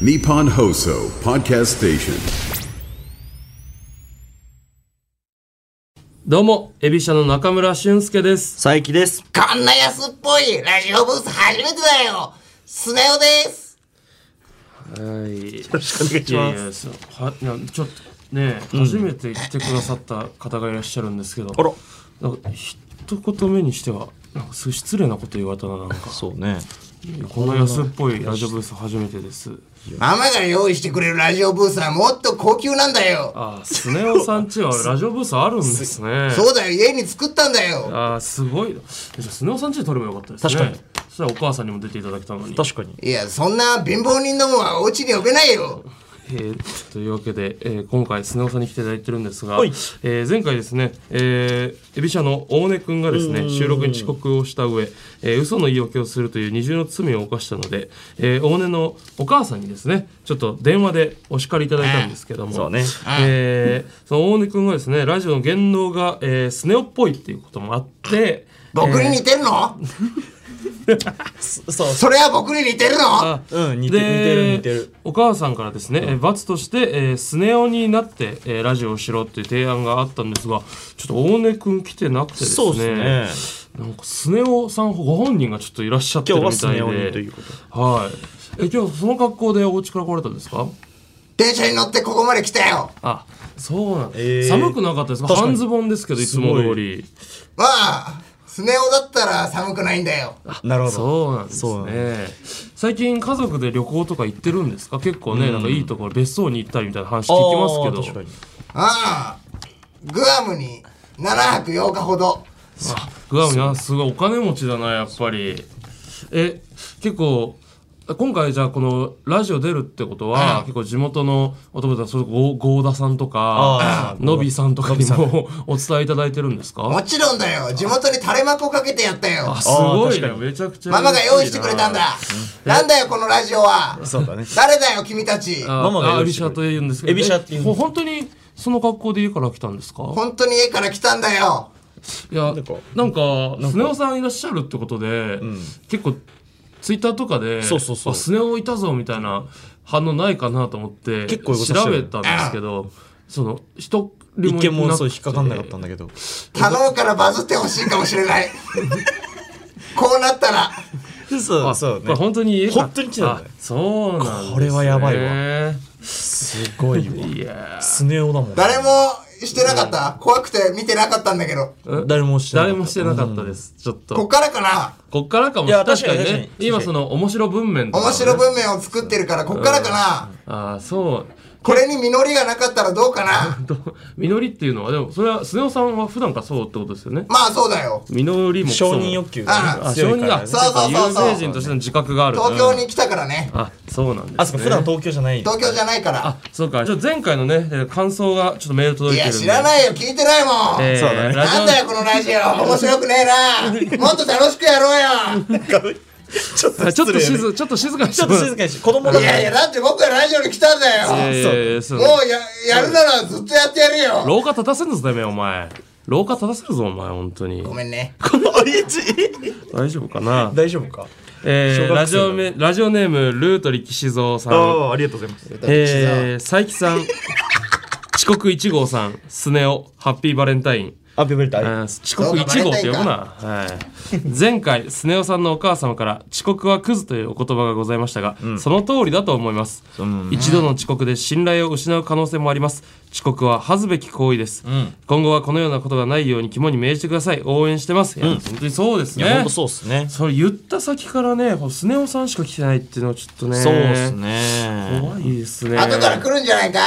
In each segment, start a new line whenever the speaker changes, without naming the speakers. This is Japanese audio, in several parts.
Nippon Hoso Podcast Station.
どうも、エビシャの中村俊介です。
佐伯です。
こんな安っぽいラジオブース初めてだよスネ夫です
はい。よ
お願い
いやいや、そうはいやちょっとね、初めて来てくださった方がいらっしゃるんですけど、
あら、
なんか一言目にしては、なんかすごい失礼なこと言われたな、なんか、
そうね。
こんな安っぽいラジオブース初めてです。
ママが用意してくれるラジオブースはもっと高級なんだよ
あー、スネ夫さんちは ラジオブースあるんですね。
そうだよ家に作ったんだよ
あー、すごいな。えじゃあ、スネ夫さんちで撮ればよかったですね。
確かに。
そしたらお母さんにも出ていただけたのに。
確かに。
いやそんな貧乏人どもはお家に呼べないよ
えーというわけで、えー今回スネ夫さんに来ていただいてるんですが、
はい
えー前回ですね、えー、エビシャの大根くんがですね収録に遅刻をした上、えー、嘘の言い訳をするという二重の罪を犯したので、えー、大根のお母さんにですねちょっと電話でお叱りいただいたんですけども、
そうね
えーその大根くんがですねラジオの言動が、えー、スネ夫っぽいっていうこともあって
僕に似てるの、
そう。
それは僕に似てるの
うん、似てる似てる似てる。
お母さんからですね、えー罰として、えースネ夫になって、えーラジオをしろっていう提案があったんですがちょっと大根くん来てなくてですね
そうですね。
なんかスネ夫さんご本人がちょっといらっしゃってる
今日
み
は
たいで
スネ夫にということ
はいえ今日その格好でお家から来られたんですか
電車に乗ってここまで来たよ
あそうなん、
えー
寒くなかったですか
確かに
半ズボンですけどいつも通り
まあスネ夫だったら寒くないんだよ
なるほど。
そうなんです
そうなん
ね最近家族で旅行とか行ってるんですか結構ね、なんかいいところ別荘に行ったりみたいな話聞きますけ
あー確
ど
かに。
ああグアムに7泊8日ほど
グアムなすごいお金持ちだなやっぱりえ結構今回じゃあこのラジオ出るってことは、結構地元のお友達それこそゴーダさんとか
あー
のびさんとかにもお伝えいただいてるんです
も
か
ちろんだよ地元に垂れ幕をかけてやったよ
すごい
確か
ね
に
めちゃくちゃ
ママが用意してくれたんだ。なんだよ、このラジオは。
そうだね。
誰だよ、君たち。
マ
ママが
が
用
エ
意
ビ
し
シ
てくれ
ャというんですけど
エビシャっていうん
え
だ
ほ本当にその格好で家から来たんですか
本当に家から来たんだよ。
いやな
なんん
か
か
スネ夫さんいらっしゃるってことで、結構ツイッターとかで
そうそうそう
あスネ夫いたぞみたいな反応ないかなと思って
結構よこさし
調
てる
べたんですけどその一人
一
も
見もそう
く
引っかかんなかったんだけど。
頼むからバズってほしいかもしれ ない。こうなったら、
そ
あ
うそう
こ
ね。
れ本当に家
本当に来たんだ
あ
ね
そうなんです、ね、
これはやばい
わ
すごいわ。
いやー
スネ夫だもん。
誰もしてなかった。怖くて見てなかったんだけど。
誰もしてなか
誰
った
もしてなかったです、ちょっ
ことっからかな。
こっからかも
いや
確かにね
確かに確かに
今その面白文面とかね
面白文面を作ってるから、こっからかな。
ああそう
これに実りがなかったらどうかな。
と実りっていうのはでもそれはスネ夫さんは普段からそうってことですよね
まあ、そうだよ。
実りもそ
承
う
認欲求
あ
が
あ、
ね強
承
い
認
から
だ。
ね。
そうそうそうそう
やっぱ有名人としての自覚がある。
東京に来たからね
う。ん。あ、そうなんです、ね。
あ、そうか、普段東京じゃない。
東京じゃないから。
そうか。ちょっと前回のね、えー感想がちょっとメール届
い
いてる
や、
んで。
知ら
い。
ないよ。聞いてないもん。
えー、
そうだね
ラジ
なんだよこのラジオ面白くねえなもっと楽しくやろうよ
ちょっ
オ。あちょっと
失礼
静、ちょっと静かにし
ちょっ
ても
と
らう
静かにし。子供だ
い
か
やいや
ら。
だって僕はラジオに来たんだよ
いやいやいやそう
もうややるならずっとやってやるよ
廊下立たせるぞ、てめえ、お前。廊下立たせるぞ、お前、本当に
ご。めんね
あいち
大丈夫かな
大丈夫か
え
小学生だ
ー、ラジオめ、ラジオネーム、ルート力士蔵さん。
ああ、ありがとうございます。
えー、佐伯さん。遅刻1号さん。スネ夫。ハッピーバレンタイン。
あ、ビブリタイ。
あー遅刻1号って呼ぶな、はい、前回スネ夫さんのお母様から遅刻はクズというお言葉がございましたが、その通りだと思います、一度の遅刻で信頼を失う可能性もあります遅刻は恥ずべき行為です、今後はこのようなことがないように肝に銘じてください応援してますいや、本当にそうです
いや、ほ
ね
んとそうっすね。
それ言った先からねこうスネ夫さんしか来てないっていうのはちょっとね
そうっすね。
怖いですね
後から来るんじゃないか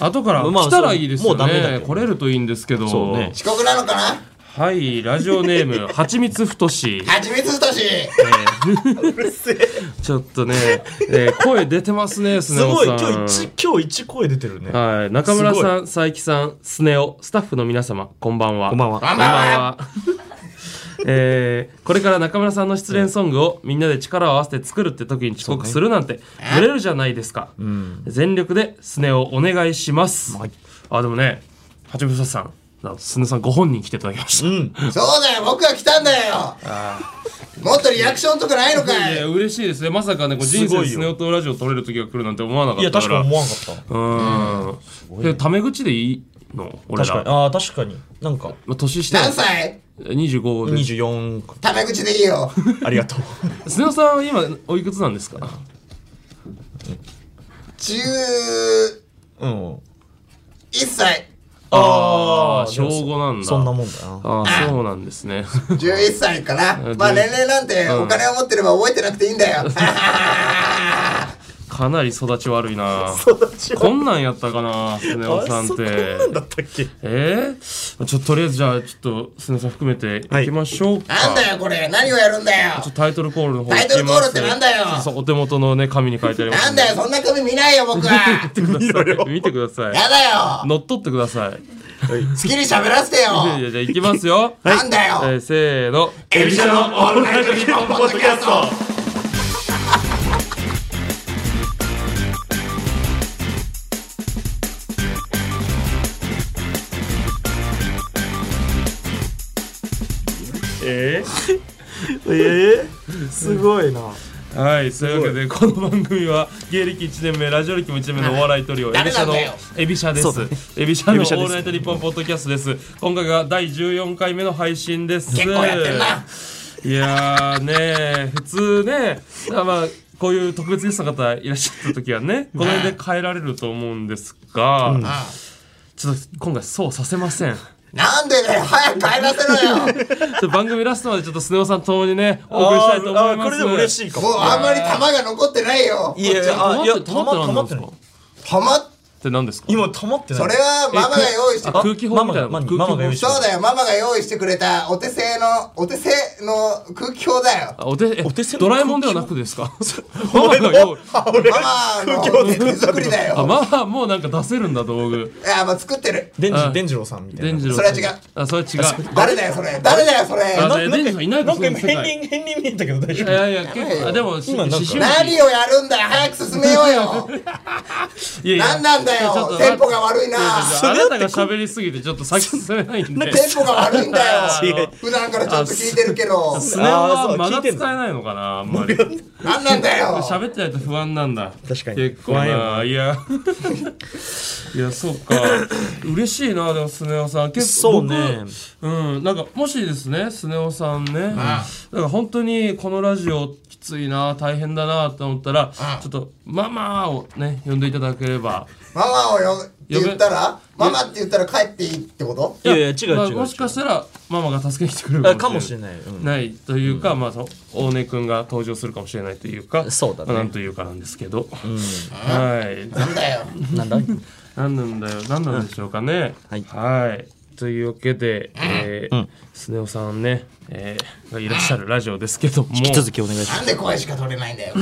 後から
まあ
来たらいいですよね、
そうもうダメだけど
来れるといいんですけど
そうね
遅刻なのかな
はい、ラジオネ ーム、はちみつふとし。
はちみつ太し
ちょっとね、えー声出てますね、
す
スネ
ご
夫
い
さ
今
ん。
日一今日一声出てるね。
はい、中村さん、佐伯さん、スネ夫、スタッフの皆様、こんばんは。
こんばんは。
頑
こんばん
張
は。 えーこれから中村さんの失恋ソングをみんなで力を合わせて作るって時に遅刻するなんてブレるじゃないですか、全力でスネをお願いします、あでもね八分さんなんとすねさんご本人来ていただきました、
そうだよ、僕が来たんだよ。もっとリアクションとかないのか
いや
い。
嬉しいですねまさかねこう
すご
人
いよ
生スネ夫とラジオ撮れる時が来るなんて思わなか
い
っ
や
たか
確からに思わんかった
うんでタメ口でいいの俺
確からにああ確かになんか
まあ年下
何歳
25です
24か
タメ口でいいよ。
ありがとう
スネ夫さんは今おいくつなんですか
11
うん
歳。
あ
あ小5なんだ
そんなもんだな
ああそうなんですね
11歳かな。まあ年齢なんてお金を持ってれば覚えてなくていいん だよ。
かなり育ち悪いな
育ち
こんなんやったかなスネ
あ
夫さんっ
そこん
て
なんだったっけ
えー、ちょっととりあえずじゃあちょっとスネ夫さん含めていきましょうか、
なんだよこれ。何をやるんだよ
ちょ。っとタイトルコールの方
タイトルコールってなんだよ
そうそうお手元のね紙に書いてあります
なんだよ、そんな髪見ないよ、僕は。
見てください見てください
やだよ。
乗っ取ってください
好きに喋らせて
いやい
よ。
やじゃあいきますよ
なんだ
え
よ。
ー、せーの
エビシャのオールナイトニッポンポッドキャスト。
え
ええすごいな
ー、はいそういうわけでこの番組は芸歴1年目ラジオ歴も1年目のお笑いトリオエビ
誰
シャ
なん
の
だよ
エビシャで
そうだね
すエビシャの
エ
オ
ビシャです
ールナイトニッポンポッドキャストです今回が第14回目の配信です
結構やってんな。
いやーねー普通ねあまあこういう特別ゲストの方いらっしゃった時はねこの辺で帰られると思うんですが、
あ
ちょっと今回そうさせません
なんでだよ、早く帰らせ ろよ。
ちょっと番組ラストまでちょっとスネ夫さんともにね、お送りしたいと思います。
これでも嬉し
い。
いか
もう
も
あんまり玉が残ってないよ。
いやいや
あ、
あ
い
い
や、
や
溜まって
溜
な
ま
ん
っ
で
て
す
な
か
い
っ
玉って
何ですか
今溜まってない
それはママが用意して
あ
くれ
空気砲みたいな
ママ
空
マ
気
ママが
砲
用意して
そうだよ、ママが用意してくれたお手製の、お手製の空気砲だよ。
あお手、え
お手製の
ドラえもんではなくですか ママ
俺の
が用意。
あ俺が
ママ
空気
の
砲
手作りだ
あ、
よ。
まあ、もうなんか出せるんだ、道具。
いや、まあ作ってる。
デン
あ
ジデンジロウさんみたい
伝
な
次郎
それは違う
あ、それは違う。
誰だよ、それ。誰だよ、それ。
あ
な
ね
なん
デ
か
ンジロウいない
な
の
んか
その世
今
界
変人変人見えたけど大丈
い
夫
やいや、結構、あでも、し
今なんか
思春期。
何をやるんだよ、早く進めようよ。
いやいや
何なんだ
ちょっ
よ
と、
テンポが悪いな。
あなたが喋りすぎて、ちょっと先進めないんで。
テンポが悪いんだ
違う
よ。普段からちょっと聞いてるけど、
スネ夫
あーそ
は
う
間が
聞い
使
て
え
んだ
ないのかな、あんまり。
何なんだよ。
喋ってないと不安なんだ
確かに
結構
不安よ
な いやいやそうか嬉しいなでもスネ夫さん結構
そうね
僕うんなんかもしですねスネ夫さんねなんか本当にこのラジオきついな大変だなと思ったらちょっとママをね呼んでいただければ
ママをよって言ったら、ママって言ったら帰っていいってこと
いやいや違う
まあ
違う
もしかしたらママが助けに来てくれ
あ
る
かもしれないうん
ないというか、まあその大根くんが登場するかもしれないというか
そうだね
まあなんというかなんですけど、はい
なんだよ。
なん だ
何なんだよ何なんでしょうかね、
はい
いというわけで、えースネ夫さんね、えーがいらっしゃるラジオですけども
引き続きお願いしま
なんで声しか取れないんだよ。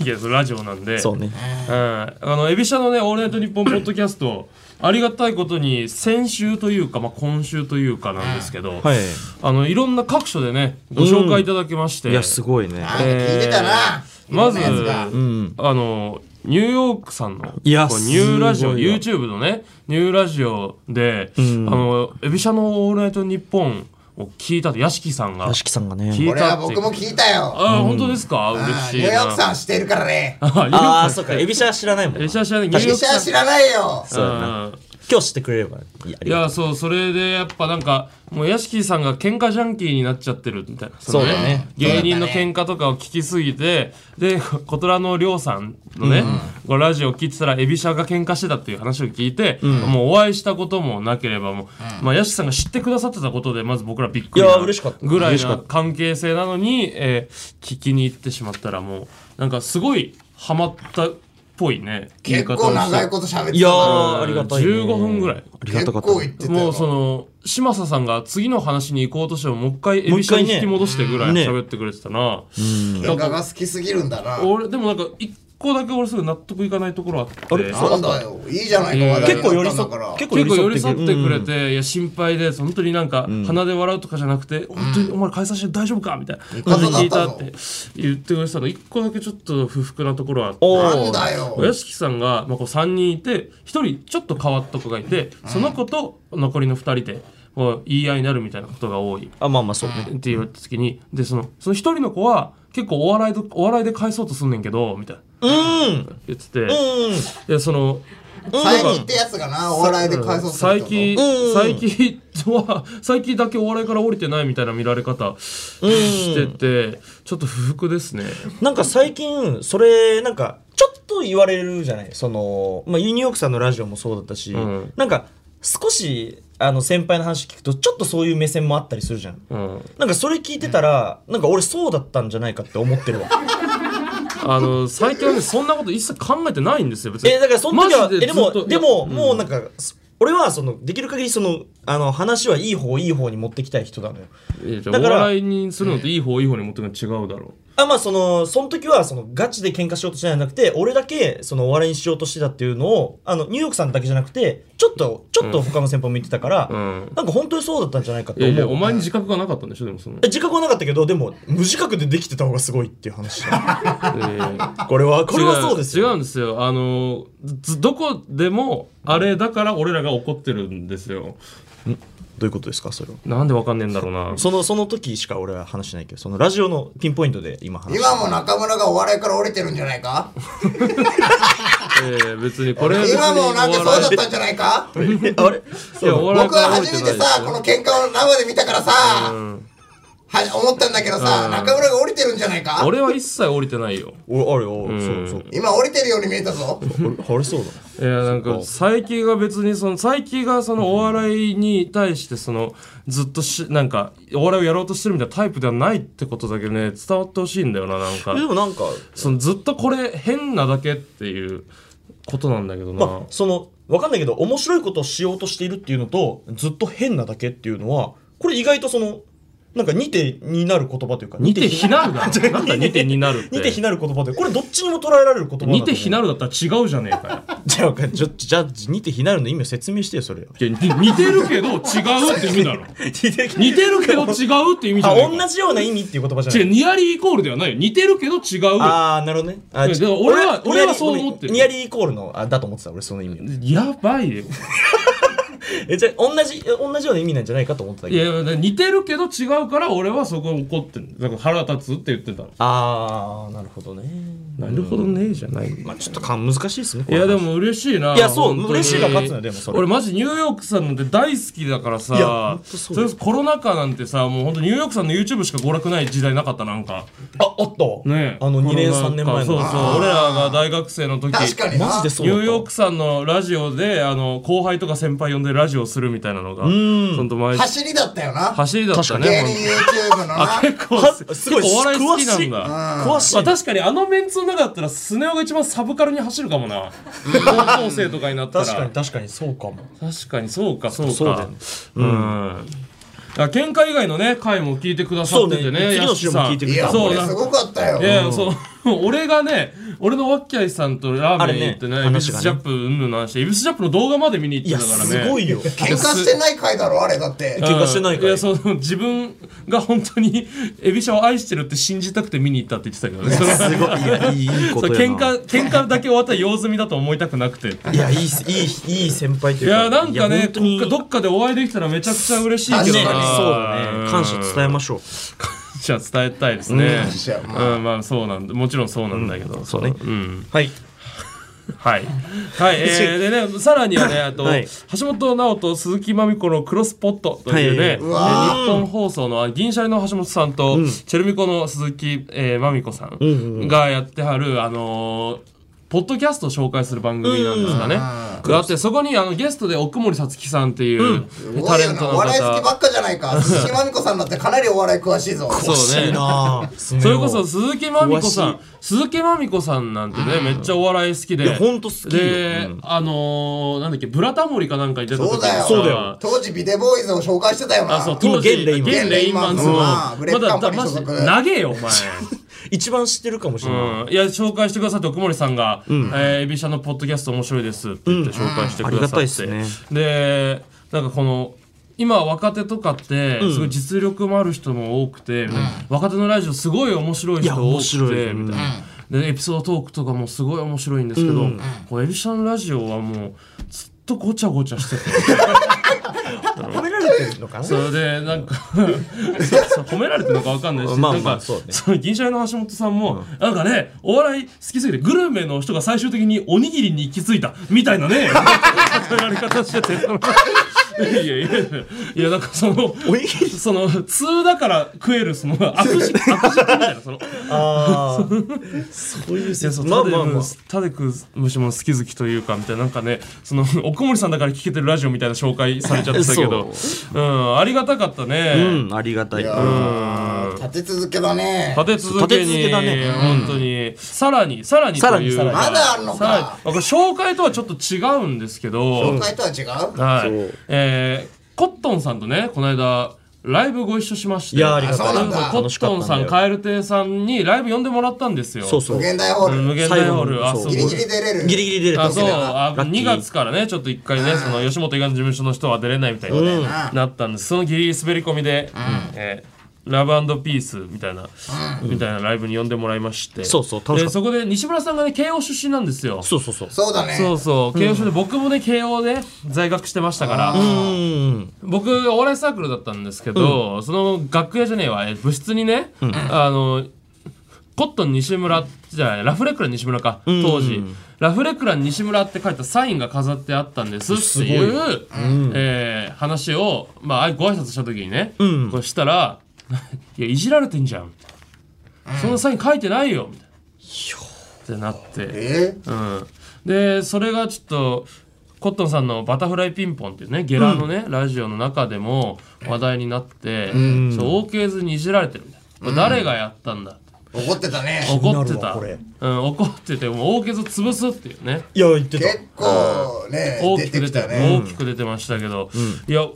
いやそれラジオなんです
そうね
うんあのエビシャのね「オールナイトニッポン」ポッドキャストありがたいことに先週というか、まあ、今週というかなんですけど、
はい
あのいろんな各所でねご紹介いただきまして、
いやすごいね
なんか聞いてたな。
まず、
いろんなやつが
あのニューヨークさんの
いや
こうニューラジオ
すごいわ
YouTube のねニューラジオで、あのエビシャの「オールナイトニッポン」を聞いたと屋敷さんが
屋敷さんがね
聞い
俺
た
は
ってい
僕
う
も聞いたよ。
あ、本当ですか
ニ
嬉しい
ュー
な
ヨークさん知ってるからね。
ああそうかエビシャ知らないもん
エビ
な
シャ知らないニューヨーク
医者
さん
は知らないよ。
そうだな
うん
今日知ってくれればいやあ
い
りがと
やそうそれでやっぱなんかもう屋敷さんが喧嘩ジャンキーになっちゃってるみたいな
そうだね
芸人の喧嘩とかを聞きすぎてで小虎の亮さんのね、こうラジオを聞いてたらエビシャが喧嘩してたっていう話を聞いて、もうお会いしたこともなければもう、まあ、屋敷さんが知ってくださってたことでまず僕らびっくり
い
な
や嬉しかった
ぐらい
嬉しか
な
っ
関係性なのに、えー聞きに行ってしまったらもうなんかすごいハマったっぽいね
結構長いこと喋っ
う
て
いや
たか
ーありがたいね
15分ぐらい
ありが
ら。結
たかった
構言ってたよ。
もうその嶋佐さんが次の話に行こうとしてももう一回エビシャに引き戻してぐら
も
い
う一回ね
喋ってくれてたな、
喧嘩が好きすぎるんだな。
俺でもなんか一個だけ俺すぐ納得いかないところあって
あれ
なんだよ。いいじゃないか、話
結
題にな
構寄り
ったん
添
だ
っ
から。
結構
結構寄
寄
り
り
添
添
っ
って
て
く
く
れ
れ
て
て、いや心配で本当になんか、鼻で笑うとかじゃなくて、本当にお前解散して大丈夫かみたいな感じで聞いたって言ってくれてたの一個だけちょっと不服なところはあって
おー
なんだよ。
屋敷さんが、まあ、こう3人いて1人ちょっと変わった子がいてその子と残りの2人でこう言い合いになるみたいなことが多い
あ、まあまあそうね。
っていう時に、でそのその一人の子は結構お笑いとお笑いで返そうとすんねんけどみたいな
うん。
言ってて、でその
佐伯ってやつがな、お笑いで改装する
最
とこ。
近
うん
最近は最近だけお笑いから降りてないみたいな見られ方しててちょっと不服ですね
なんか最近、それ、なんか、ちょっと言われるじゃないその、まあ、ユニオークさんのラジオもそうだったし、
ん
なんか、少し、あの、先輩の話聞くと、ちょっとそういう目線もあったりするじゃん。
うん
なんかそれ聞いてたら、なんか俺そうだったんじゃないかって思ってるわ。
あの最近はねそんなこと一切考えてないんですよ別に
えだからその時は
マジ
えでも
ずっと
でも、
いや
もうなんかそ俺はそのできる限りそのあの話はいい方いい方に持ってきたい人なのよ
いやじゃあ
だ
お
から
笑いにするのといい方いい方に持ってくの違うだろ
あまあそのその時はそのガチで喧嘩しようとしてないんじゃなくて俺だけそのお笑いにしようとしてたっていうのをあのニューヨークさんだけじゃなくてちょっとちょっと他の先輩も言ってたから、
ん
なんか本当にそうだったんじゃないか
う
と
いや
思う
いやお前に自覚がなかったんでしょでもそのい
自覚はなかったけどでも無自覚でできてた方がすごいっていう話 だ
やいや
これはこれはそうですよ
違うんですよあのずどこでもあれだから俺らが怒ってるんですよ
どういうことですかそれは
なんでわかんねえんだろうな
そのその時しか俺は話しないけどそのラジオのピンポイントで今話して
今も中村がお笑いから降りてるんじゃないか
ええ別にこれは別に
今もなんかそうだっ
い
たんじゃないか
あれ
いやお笑い
僕
か
は
ら降りてないで
初め
す
て
よ
さ、この喧嘩を生で見たからさ、は思ったんだけどさ、中村が降りてるんじゃないか
俺は一切降りてないよ
おあれおそうそう
今降りてるように見えたぞ。
あれそうだ
いやなんか佐伯が別にその佐伯がそのお笑いに対してそのずっとしなんかお笑いをやろうとしてるみたいなタイプではないってことだけね伝わってほしいんだよななんか
でもなんか
そのずっとこれ変なだけっていうことなんだけどな、
まあそのわかんないけど面白いことをしようとしているっていうのとずっと変なだけっていうのはこれ意外とそのなんか似てになる言葉というか
似て非なるだろなんだ似てになるって
似て非なる言葉でこれどっちにも捉えられる言葉だと思う
似て非なるだったら違うじゃねえかよ
じゃあわかんじゃじゃあ似て非なるの意味を説明してよそれよ
いやに似てるけど違うって意味だろ
似て
似てるけど違うって意味じゃ
あ
ねえか
同じような意味っていう言葉じゃ
違
な
う
い
ニアリーイコールではないよ似てるけど違う
ああなるほどねあ
いやでも俺は俺はそう思ってる
ニアリーイコールのあだと思ってた俺その意味を
やばいよ
えじゃあ同じ同じような意味なんじゃないかと思ってたけ
い
ど
やいや似てるけど違うから俺はそこ怒ってんだから腹立つって言ってたの
ああなるほどね
なるほどねじゃない
まあちょっとか難しいですね
いやでも嬉しいない
いやそう
本当に
嬉しいが勝つのよでもそれ
俺マジニューヨークさんなんて大好きだから
いや
さ
本当そうだ
れこそコロナ禍なんてさもう本当ニューヨークさんの YouTube しか娯楽ない時代なかったなんか
ああった
ねえ
あの2年
コロナ禍
3年前の
そうそう俺らが大学生の時
確かにな。
マジでそ
ニ
うだ
ュ
った
ーヨークさんのラジオであの後輩とか先輩呼んでラジオするみたいなのがその前
走りだったよな。
走りだったね
芸人 YouTube のな。
結構
は
結構お笑い好きなんだ、
詳しい
ま
詳
あ、
しい
確かにあのメンツの中だったらスネ夫が一番サブカルに走るかもな高校生とかになったら
確かに確かにそうかも
確かにそうかそうか
そうだよね
うん、だから喧嘩以外のね回も聞いてくださっててね
そうね次の
ヤッシー
週も
さん
聞いてく
い
れ
や、
た
そ
こ
う
れ
なん
す
か
ごかったよ。
いやいやそう 俺がね俺のワッキャイさんとラーメン行って
あ
ね
れ
イ
ね
ビスジャップうんぬんの話イビスジャップの動画まで見に行っ
い
て
や
たからね
す ごいよ喧
喧嘩してない回だろ、あれだって。
嘩してないから
やそう自分が本当に エビシャを愛してるって信じたくて見に行ったって言ってたけどねそれは
すごいいやいいいいこ
そう
とや
喧
な
嘩喧嘩だけ終わったら用済みだと思いたくなくて
いやいいすいいいい先輩と
い
いうか
やなんか
いや
ね
本当に
こっかどっかでお会いできたらめちゃくちゃ嬉しいけど
ねそう
な
確かに
だね感謝伝えましょう
じゃあ伝えたいですね
謝
うんまあそうなんだもちろんそうなんだけど
そうね
ん
はい
はい。はい。えー、でね、さらにはね、あと、
はい
橋本直人、鈴木まみ子のクロスポットという
はい
ね、えー日本放送のあ銀シャリの橋本さんと、チェルミコの鈴木、えーまみ子さんがやってはる、あのーポッドキャストを紹介する番組なんですかね。があって、そこにあのゲストで奥森さつきさんっていう、
すご
タ
い
レ
よ
ン
な。
トの
お
方。
笑い好きばっかじゃな いか。鈴木まみこさんだってかなりお笑い詳しいぞ。
そうね
欲しいなそ
それこそ鈴木まみこさん
詳しい
鈴木まみこさんなんてねめっちゃお笑い好きで
いやほんと好き
で、
う
あのー、なんだっけ「ブラタモリ」かなんかに出た時
そうだよ。
そうだよ
当時ビデボーイズを紹介してたよな。
あそう当時
現レインマン
現レインマンズの
うんブレイクカンパニー所属
まだだ投げよお前
一番知ってるかもしれない
うんいや紹介してくださって奥森さんが「えーエビシャのポッドキャスト面白いです」って言って紹介してくださって、
うんありがたいっすね
でなんかこの今若手とかってすごい実力もある人も多くて、若手のラジオすごい面白い人多くて
いや面白い
みたいな。でエピソードトークとかもすごい面白いんですけど、こうエビシャのラジオはもうずっとごちゃごちゃしてて
褒められてるのかな
それでなん かそうそう褒められてるのかわかんないし、
まあまあ
なんか
そうね
の銀シャリの橋本さんも、なんかねお笑い好きすぎてグルメの人が最終的におにぎりに行き着いたみたいなね語られ方してて。いやいやいやいやなんかその
おにぎり
その通だから食えるその 悪事悪事みたいなその
あー
そういう説
ま
ま
あ
あ
ま
ま
あ
あ
ま
ま
あ
あ。
タデク虫も好き好きというかみたいななんかねその奥森さんだから聞けてるラジオみたいな紹介されちゃってたけどうんありがたかったね、
うん、ありがたい。
立て続けだね。
立て続けに
立て続けだね
本当に、さらにさらに
さら
と
に
いう
さらに
まだあるのか
さらにあこれ紹介とはちょっと違うんですけど
今回とは違う
はい
そう
えーコットンさんとねこの間ライブご一緒しまして
いやありがたい
あそうなんだ
コットンさん
楽しかったんだよ
蛙亭さんにライブ呼んでもらったんですよ
そうそう
無。限大ホー
無
ル。
限大ホールあ
最
そ
後のそうう
ギリギリ出れる。
ギリギリ出れた
あ
ん
そ
だ
う
よ。
あ
ラッキ
2
ー
月からねちょっと一回ねその吉本以外の事務所の人は出れないみたいにねなったんですそのギリギリ滑り込みで、えーラブピースみたいな、みたいなライブに呼んでもらいまして、
そうそう楽しかった
でそこで西村さんがね慶応出身なんですよ
そうそうそう。
そうだね。
そうそう慶応出身で僕もね慶応で在学してましたから
うん。
僕お笑いサークルだったんですけど、その楽屋じゃねえわえ部室にね、あのコットン西村じゃないラフレクラン西村か当時、ラフレクラン西村って書いたサインが飾ってあったんですっていうえー話を、まあ、ご挨拶した時にね、こうしたら 「いやいじられてんじゃん」そんなサイン書いてないよ」みたいな。ってなって。
え
うん、でそれがちょっとコットンさんの「バタフライピンポン」っていうねゲラのね、ラジオの中でも話題になって、そうオーケーズにいじられてるみたいな、これ誰がやったんだ
怒ってたね。
怒って
気にな
た、
るわこれ
うん、怒っててもうオーケーズ潰すっていうね
いや言ってた
結構ね、
大
出
きく
て
出
き
て
たね。
大きく出てましたけど、いや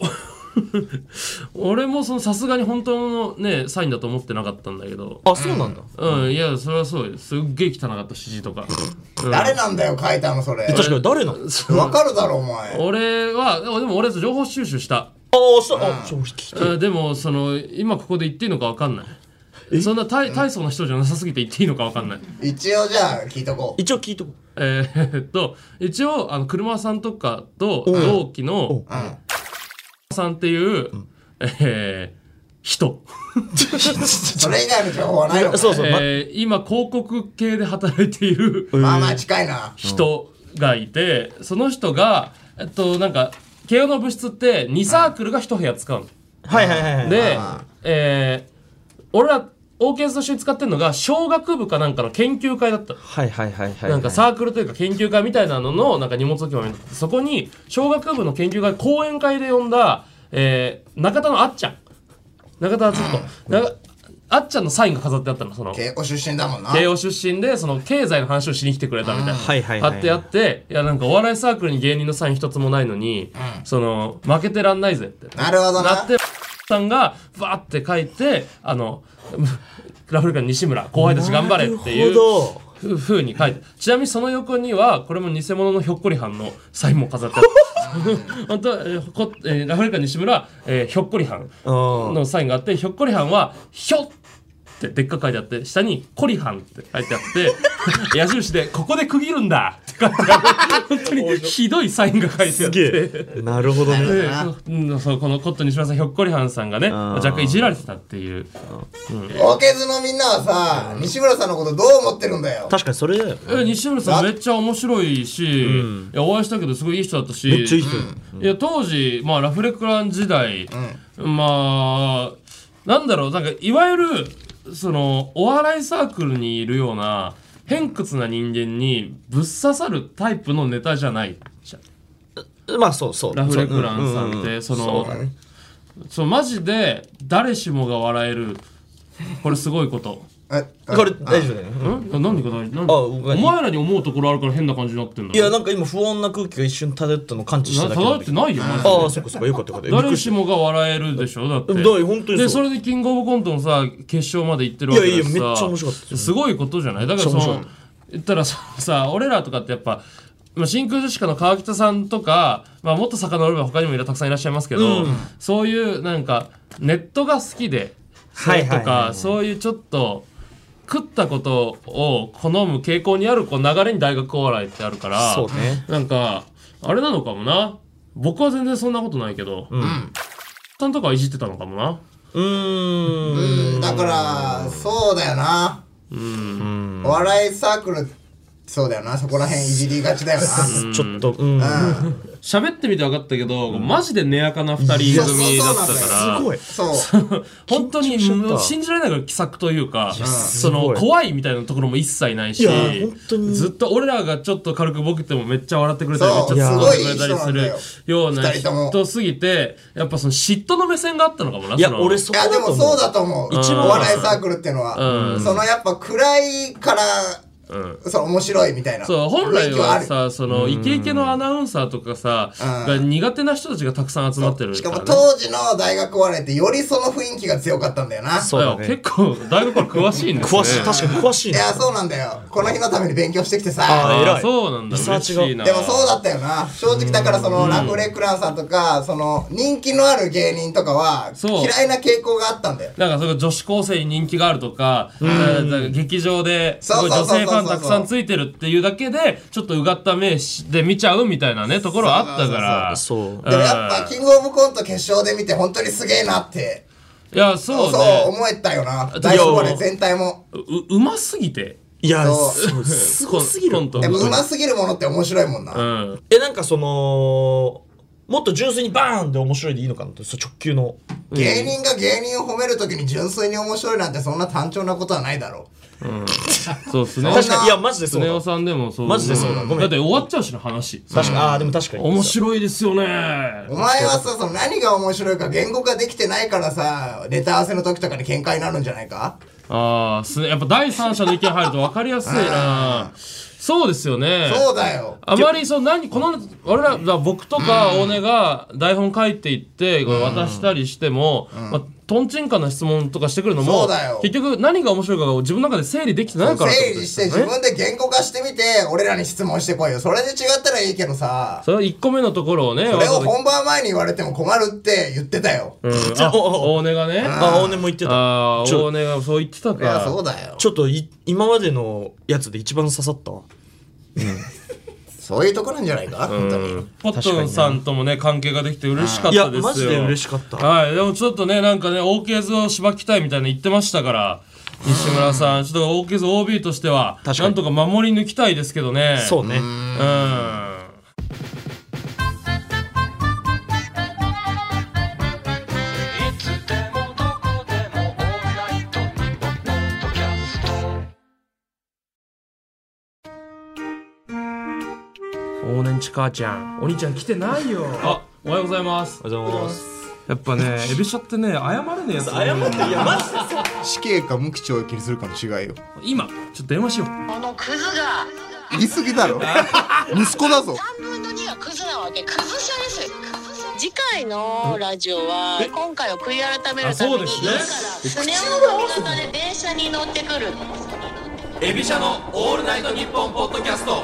俺もそのさすがに本当のねサインだと思ってなかったんだけど
あ、そうなんだ。
うんいやそれはそうよすっげえ汚かった指示とか、うん
誰なんだよ、書いたの、それ。
確かに誰なの？あ、
わかるだろ、お前。
俺はでもでも俺情報収集した
そう。あ、そう聞いて。
あでもその今ここで言っていいのか分かんないそんな大大層な人じゃなさすぎて言っていいのか分かんない
一応じゃあ、聞いとこう。
一応聞いとこ う。
えー、っと一応あの車さんとかと同期のさんっていう、えー人、
それ以外の情報はないのか。
そうそう。ま
えー今広告系で働いている
まあまあ近いな。
人がいて、その人がえっとなんか慶応の部室って2サークルが1部屋使うの、
はいはいはいはい
で、えー俺らオーケースと一緒に使ってるのが小学部かなんかの研究会だったの
はいはいはいはい。
なんかサークルというか研究会みたいなののなんか荷物置き場になっててそこに小学部の研究会講演会で呼んだ、えー中田のあっちゃん中田敦彦なあっちゃんのサインが飾ってあったのその
慶応出身だもんな。
慶応出身でその経済の話をしに来てくれたみたいな、
はいはいはいはい
あってあっていやなんかお笑いサークルに芸人のサイン一つもないのに、その負けてらんないぜって
なるほど
な
な
っ。てさんがバーって書いてあの ラフルカン西村後輩たち頑張れっていう
なるほど
ふふうに書いてちなみにその横にはこれも偽物のひょっこりはんのサインも飾ってあ る本当はえーこえーラフルカン西村、えーひょっこりはんのサインがあってひょっこりはんはひょってでっかく書いてあって下に「コリハン」って書いてあって 矢印で「ここで区切るんだ」って書いてある本当にひどいサインが書いてあっ
す
て
げえ。なるほどね。
でうんそうこのコットン西村さんひょっこりはんさんがね若干いじられてたっていう
オーケーズのみんなはさ、西村さんのことどう思ってるんだよ。
確かにそれだよ。
え西村さんめっちゃ面白いし、いやお会いしたけどすごいいい人だったし
めっちゃいい人だよ
いや当時、まあ、ラフレクラン時代、まあなんだろうなんかいわゆるそのお笑いサークルにいるような偏屈な人間にぶっ刺さるタイプのネタじゃないじゃん
まあそうそう。
ラフレクランさんってそのそうマジで誰しもが笑えるこれすごいこと。
え
これ大丈夫だよね。
ん何が大事何
あ
お前らに思うところあるから変な感じになってんだ
いやなんか今不穏な空気が一瞬漂ったの感知した
な
だけな
漂
んだ
って
けど
ないよマジで
ああ、そっかそっか。よかったよかった。
誰しもが笑えるでしょだって
だから本当にそう
でそれでキングオブコントのさ決勝まで行ってるわけだしさ
いやいやめっちゃ面白かったですよ
すごいことじゃないだからそ
めっちゃ面
の言ったらささ俺らとかってやっぱまあ、真空ジェシカの川北さんとか、まあ、もっと遡れば他にもいろいろたくさんいらっしゃいますけど、そういうなんかネットが好きでそ
は
れ
い
と
はいはい
か、そういうちょっと食ったことを好む傾向にあるこう流れに大学お笑いってあるから
そうね
なんかあれなのかもな僕は全然そんなことないけど、さんとかはいじってたのかもな。
うーん。
うんだからそうだよなお笑いサークルそうだよなそこら辺いじりがちだよな
ちょっと、うん。
うん
喋ってみて分かったけど、マジで根垢な二人組だった
いやそう
か
そ
ら、
すごい。
そう
本当に
緊張しちゃった
もう信じられないぐらい気さくというか、そ
す
の
ごい
怖いみたいなところも一切ないし
いや本当、に
ずっと俺らがちょっと軽くボケてもめっちゃ笑ってくれたり、めっ
そう
ちゃ突っ込んで
い
く
や
れたりするような
二人とも
人すぎて、やっぱその嫉妬の目線があったのかもな。
いや、
の
俺そ
い
こ
や
だ
でも
と
そ
思
う
う。
だと思う
一番
お笑いサークルってのは、
うん
そのやっぱ暗いから、その面白いみたいな
そう本来
雰囲気はあ
は
る
さそのイケイケのアナウンサーとかさ
う
が苦手な人たちがたくさん集まってる
し
か
からも
ね
当時の大学お笑いってよりその雰囲気が強かったんだよな
そうだね
いや結構大学から詳しいんですね
詳しい、確かに詳しい
い
ね。
やそうなんだよこの日のために勉強してきて
あ
さ
ー
あ
偉い
そうなんだ
リサー
嬉
チが
しいな
でもそうだったよな正直だからそのラフレクランさんとかその人気のある芸人とかは
そう
嫌いな傾向があったんだよ
なんかその女子高生に人気があるとか、なんか劇場ですごい女
そうそうそうそ
性
う
ファンたくさんついてるっていうだけで、ちょっとうがった目で見ちゃうみたいなね、ところはあったから。
そう
でもやっぱキングオブコント決勝で見て本当にすげえなって
いや、そ
そうう
ね。
思えたよな大学お笑い全体も
う、うますぎて。
いや、
そう
そうすごすぎる
コン。ト
やっぱうますぎるものって面白いもんな
うん。
え、なんかその、もっと純粋にバーンで面白いでいいのかなと、そう直球の。
芸人が芸人を褒めるときに純粋に面白いなんてそんな単調なことはないだろ
そうですね。
確かに、いや、マジでそ
ス
う
ネ
だ
夫。さんでもそう。
マジでそうだごめん
だって終わっちゃうしね、話。
確かに、ああ、でも確かに。
面白いですよね
う。お。前はさその何が面白いか言語化できてないからさネタ合わせの時とかに喧嘩になるんじゃないか
ああ、すねやっぱ第三者の意見入ると分かりやすいな。そうですよね。
そうだよ
あまりその何この俺らだ僕とか大根が台本書いていってこれ渡したりしても、まあ、トンチンカンな質問とかしてくるの
そ
も
うだよ
結局何が面白いかが自分の中で整理できてないからってこと
整
で
理し
す
て
よ
自
ね
分で言語化してみて俺らに質問してこいよそれで違ったらいいけどさ
それは1個目のところをね
それを
わざわ
本番前に言われても困るって言ってたよ
ざうんあ大根がね
ああ、おねも言ってた。
ああ
ちょ
大根がそう言ってた
いや
か
そうだよ
ちょっとい、今までのやつで一番刺さったわ。
そういうとこなんじゃないか本当に
ポットンさんともね関係ができて嬉しかっ
いや、
たですよ
マジで嬉しかった。
はい、でもちょっとね、なんかね、オーケーズをしばきたいみたいな言ってましたから、西村さん、ちょっとオーケーズ OB としては、
確か
な
に
んとか守り抜きたいですけどね。
そう
う。
ね。
ん。往年ちかちゃんお兄ちゃん来てないよあおはようございます
おはようございます。
やっぱねエビシャってね謝れねえやつ謝
いや、マジでそう。
死刑か無期懲役にするかの違いよ
今ちょっと電話しよう
このクズが
言い過ぎだろ 息子だぞ
3分の2はクズなわけクズ者ですクズ者次回のラジオは今回を悔い改めるために
あそうで
今
す
か
ね
らスネ夫の味方で電車に乗ってくる
エビシャのオールナイトニッポンポッドキャスト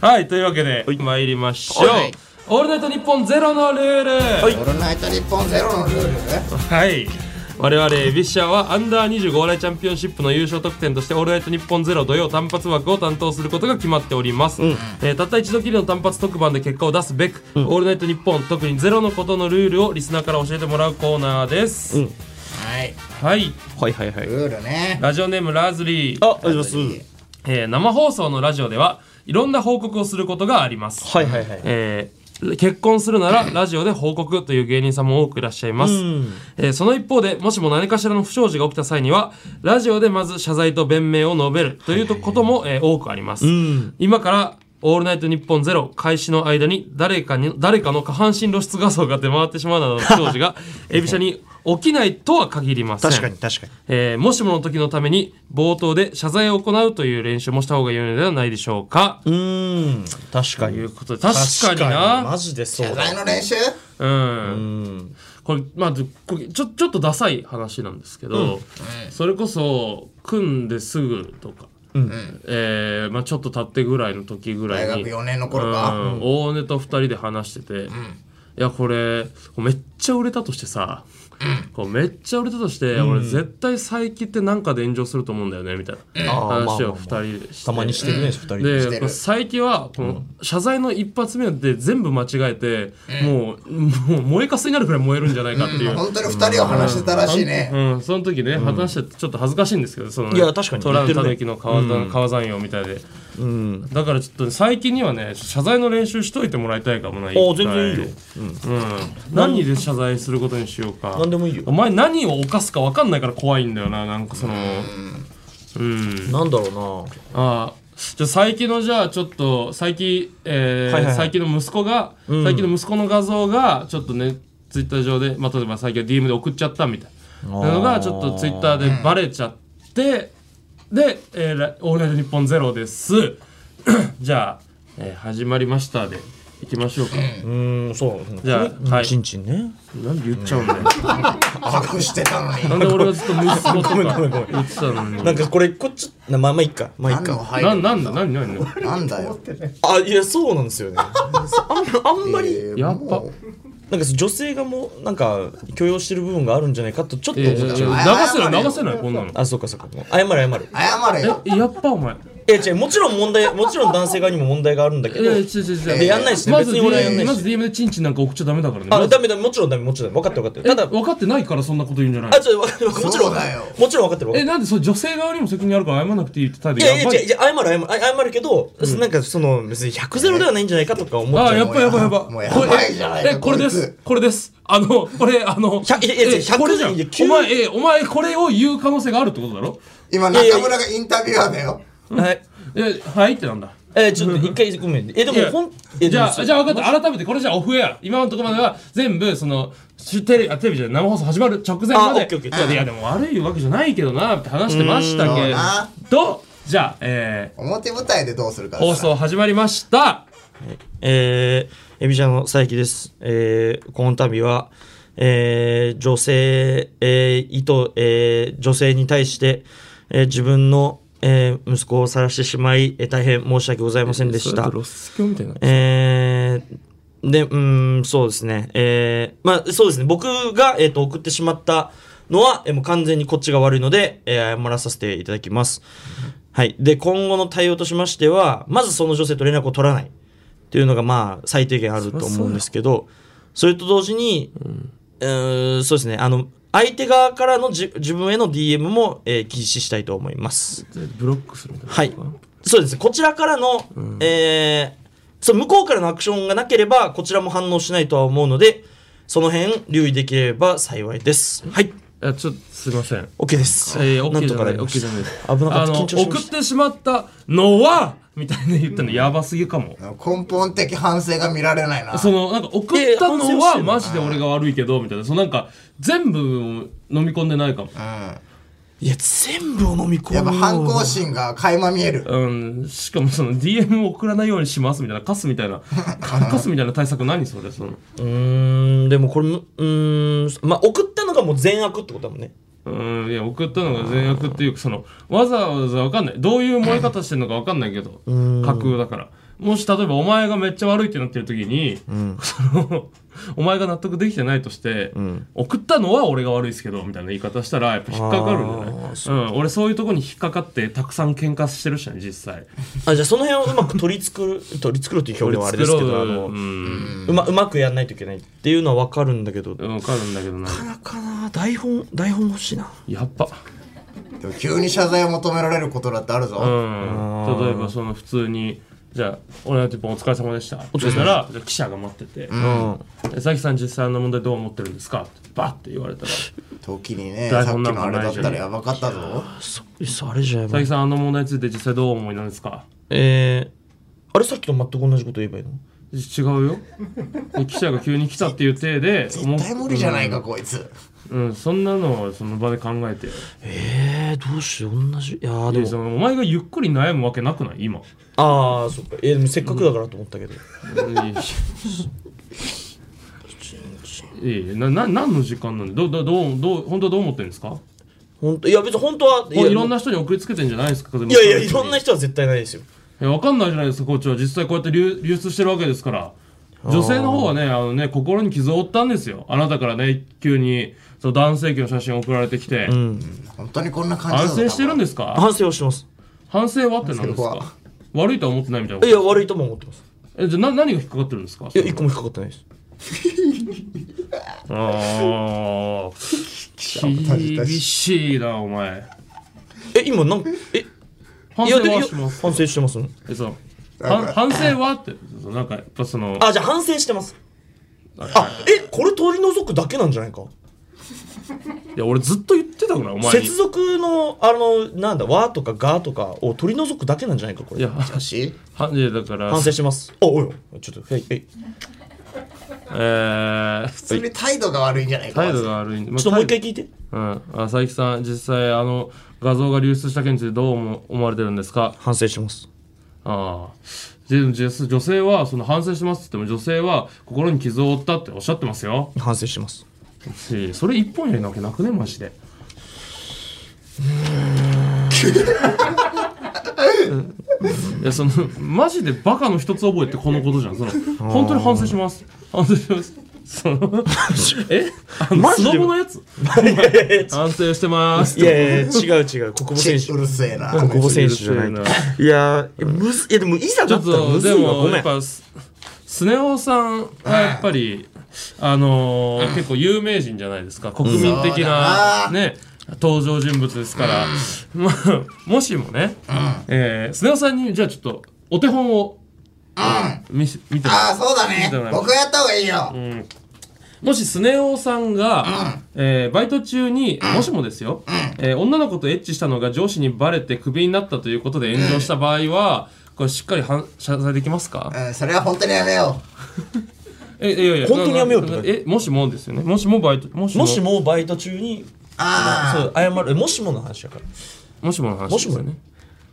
はいというわけで参りましょう
はい
オールナイトニッポンゼロのルールはい、
俺のイト日本ゼロのルールね
我々エビシャはアンダー25オーライチャンピオンシップの優勝得点として「オールナイトニッポンゼロ土曜単発枠を担当することが決まっております、えーたった一度きりの単発特番で結果を出すべく「オールナイトニッポン」特にゼロのことのルールをリスナーから教えてもらうコーナーです、
はい
はい
はいはいはい。
ルールね
ラジオネームラーズリー
あ、ありがとうございます。
えー生放送のラジオではいろんな報告をすることがあります、
はいはいはい。
えー結婚するならラジオで報告という芸人さんも多くいらっしゃいます、えーその一方でもしも何かしらの不祥事が起きた際にはラジオでまず謝罪と弁明を述べるということも、えー多くあります、今から「オールナイトニッポンゼロ開始の間に誰かに誰かの下半身露出画像が出回ってしまうなどの不祥事がエビシャに起きないとは限りません
確かに確かに。
えーもしもの時のために冒頭で謝罪を行うという練習もした方が良いのではないでしょうか。
うーん。確か
とい
に。
うことで確かにな
マジでそう
謝
だ
罪。の練習
うんこれまあでこれちょちょっとダサい話なんですけど、それこそ組んですぐとか、えーまあ、ちょっと経ってぐらいの時ぐらい
大
に
学4年の頃か
うん大根と2人で話してて、いやこれめっちゃ売れたとしてさ、こうめっちゃ売れたとして、俺絶対佐伯ってなんかで炎上すると思うんだよねみたいな
あーまあ
話
まあ
を2
まあ
人でして
たまにしてるね、二人で。
して
で
る
こう佐伯はこの謝罪の一発目で全部間違えて、もうもう燃えかすになるくらい燃えるんじゃないかっていう、
本当に二人を話してたらしいね。
うん、その時ね、果たしてちょっと恥ずかしいんですけど、その、ね、
いや確かに
トラ
言
ン
って
タ
るね
ヌキの川,、川山陽みたいで、だからちょっと最近にはね、謝罪の練習しといてもらいたいかもな。あ
あ全然いいよ。
うん。何で謝罪することにしようか。
何でもいいよ
お前何を犯すか分かんないから怖いんだよな、なんかその、うん
なんだろう
ああじゃあ佐伯のじゃあちょっと佐伯、えー
はいはいはい
佐伯の息子が、佐伯の息子の画像がちょっとねツイッター上で、まあ、例えば佐伯が DM で送っちゃったみたいなのがちょっとツイッターでバレちゃって、で、えーらオールナイトニッポンゼロです」じゃあ、えー始まりました」でいきましょうか、
な。うーん、そうだね。
じゃあはい
ちんちんね。
なんで言っちゃうんだよ
隠してたのに。
なんで俺はずっと息子と
ごめんごめんご
か
めん
言ってたのに
なんかこれ、こっち、なまあまあいいか。まあいい
何
か。
の配
な
慮
なんだ何何何
なんだよ。
あ、いや、そうなん ですよね。あんあんまり、
えー
やっぱ
もう
なんか女性がもう、なんか、許容してる部分があるんじゃないかと、ちょっと
いやいやい
思っ
や
ちゃう。
流せない流せないこんなの
あ、そうかそうか。謝る謝る。
謝れよ。
えやっぱお前
え、違う、もちろん問題、もちろん男性側にも問題があるんだけ
いやいや違う
ど、
違う違う
でやんないしね
まず
別に俺はやんない
DM
し
まず DM でチンチンなんか送っちゃダメだからね
あ、ダメダメ、もちろんダメ、もちろんダメ。分かってる分かって
え
る。ただ、
分かってないからそんなこと言うんじゃない
あ、ちょ、わかるもちろ
そうんだよ
もちろん分かってる分かって
え
る。
なんでそれ女性側にも責任あるから謝らなくていいって態
い
度
や
や
いや
ば
いや、
い
いや謝る謝るあ謝るけど、なんかその別に100ゼロではないんじゃないかとか思っちゃう。
あやっぱやばいやば
もうや
これ
ばいじゃない
えこれで
こい
す
つ
これですあのこれあの
ひゃいやいや
え
いや
これじゃん
100じゃ
お
ん
前えお前これを言う可能性があるってことだろ
今中村がインタビュアーだよ。
はい。
えはいってなんだ
えー、ちょっと一回ごめん。え、で
いや
もほん、
じ
え、で
ゃ
も
あ、じゃあ分かった。改めて、これじゃあオフエア。今のところまでは、全部、その、しテレビ、あテレビじゃない生放送始まる直前ま
あオ
で。
ッケーオッケー
いやいや、でも悪いわけじゃないけどな、って話してました
うー
け
んあ
ど、じゃあ、え
表舞台でどうするか
ー、
だから
放送始まりました。
えー、エビちゃんの佐伯です。えー、この度は、えー、女性、えー、意図、えー、女性に対して、えー、自分の、えー、息子を晒してしまい、えー、大変申し訳ございませんでした。
ス教みたいな。
えー、で、うーん、そうですね。えー、まあ、そうですね。僕が、えっ、と、送ってしまったのは、えーもう完全にこっちが悪いので、えー謝らさせていただきます。はい。で、今後の対応としましては、まずその女性と連絡を取らない。っていうのが、まあ、最低限あると思うんですけど、それと同時に、うーん、そうですね。あの、相手側からのじ自分への DM も、えー禁止したいと思います。
ブロックするみたいな。
はい。そうですね。こちらからの、えーそう、向こうからのアクションがなければ、こちらも反応しないとは思うので、その辺、留意できれば幸いです。はい。
あちょっと、すいません。
OK です。
えー、
な
OK
ん
じ
と
ゃ
か
な、
ないりま
OK
し
じ
た
ゃない。
危なか
あ
った。
の、
緊張しま
送
し。
ったてしまったのは、みたいな言ったのやばすぎかも。
根本的反省が見られないな。
そのなんか送った
え
の
反省して
は
る
マジで俺が悪いけどみたいなそのなんか全部飲み込んでないかも
いや、全部を飲み込む。
やっぱ反抗心が垣間見える。
うんしかもその DM を送らないようにしますみたいなカスみたい なカスみたいな対策何それその
うーん、でもこれ、うーん、まあ、送ったのがもう善悪ってことだもんね。
うんいや送ったのが善悪っていうかそのわざわざわかんないどういう燃え方してんのかわかんないけど架空だからもし例えばお前がめっちゃ悪いってなってる時に、そのお前が納得できてないとして、送ったのは俺が悪いですけどみたいな言い方したらやっぱ引っかかるんじゃないうん、俺そういうとこに引っかかってたくさん喧嘩してるしね実際
あ、じゃあその辺をうまく取り繕る、取り繕るという表 現はあれですけど、あの、
う
うんま、うまくやんないといけないっていうのはわかるんだけ
わ
ど、
かるんだけどな
なかな台本台本欲しいな
やっぱ
でも急に謝罪を求められることだってある
う
ぞ。
ん例えばその普通にじゃあ「俺のティップお疲れ様でした」お疲れしたらじゃあ記者が待ってて「佐々木さん実際の問題どう思ってるんですか?」ってバッて言われたら「
時にね、
台
さっき
本なん
の
か
あれ
な
だ
い
っ
じゃん
たらやばかったぞ。
そうそうあれじゃ
佐々
ん
木さんあの問題について実際どうお思いなんですか?
えー、あれさっきと全く同じこと言えばいいの」
違うよで記者が急に来たっていう体で
絶対無理じゃないか、
うん
こいつ。
うんそんなのはその場で考えてよ
えー、どうして同じいやーで
で
も
そのお前がゆっくり悩むわけなくない今
ああそっかえー、でもせっかくだからと思ったけど、
いいいいなな何の時間なんでどうどうどうどう本当はどう思ってるんですか
ほんといや別に本当はい
いろん
な
な人に送りつけてんじゃないですかい
いやいやいろんな人は絶対ないですよ
いや、わかんないじゃないですか、コーチは。実際こうやって流流出してるわけですから。女性の方はね、あのね、心に傷を負ったんですよ。あなたからね、急に、その男性器の写真送られてきて、
本当にこんな感じ
反省してるんですすか
反省をしてます。
反省はって何です
反省
か
は
悪いとは思ってないみたい
い
な。
や、悪いとも思ってます。
え、じゃあな何が引っかかってるんですか
いや、一個も引っかかってないです。
ああ。厳しいな、お前。
え、今、なん、え、
反
い
省
や、でい
は
や
します。
反省してます。
え、そう。はん反省はって、そのなんか、やっぱその、
あ、じゃあ反省してます。あ、え、これ取り除くだけなんじゃないか。
いや、俺ずっと言ってたから、お前に。
接続の、あの、なんだ、和とかがとかを取り除くだけなんじゃないか、こ
い
れ。
や、
し
反省だから、
反省してます。あ、おいおい、ちょっと、はい、はい。
えー、
普通に態度が悪いんじゃないか
態度が悪いんで、まあ
ちょっともう一回聞いて。
うん、あ佐伯さん、実際あの画像が流出した件についてどう思思われてるんですか
反省してます。
ああじじ女性はその反省してますって言っても女性は心に傷を負ったっておっしゃってますよ
反省して ます。
しそれ一本やりなわけなくねマジ でいやそのマジでバカの一つ覚えってこのことじゃんその本当に反省します反省しますそのえあの
マジ
ス
で
ノボのやつ反省してます
いやいや、違う違う、国母選手
う。るせえな
国母選手じゃない。いやー、むず、いやでも、いざ
ち
だ
ょっ
ったらむ
と
ず
で
いわ、ご
も
め
やっ
ん。
ぱススネ夫さんはやっぱり、あのー結構有名人じゃないですか国民的な、
そうだな
ね登場人物ですから、まあもしもね、えースネ夫さんにじゃあちょっとお手本を、見せ見てもら
ああ、そうだ
見
ね
てもら。います
僕がやった方がいいよ。
もしスネ夫さんが、えーバイト中に、もしもですよ、えー女の子とエッチしたのが上司にバレてクビになったということで炎上した場合は、これしっかり反謝罪できますか
うん、それは本当にやめよ
えいやいや
本当にやめようって
なな
こと
えもしもですよねもしもバイトもしも
もしもバイト中に、
う。あ
そう、謝る、えもしもの話だから。
もしもの話ですよ
もし
ね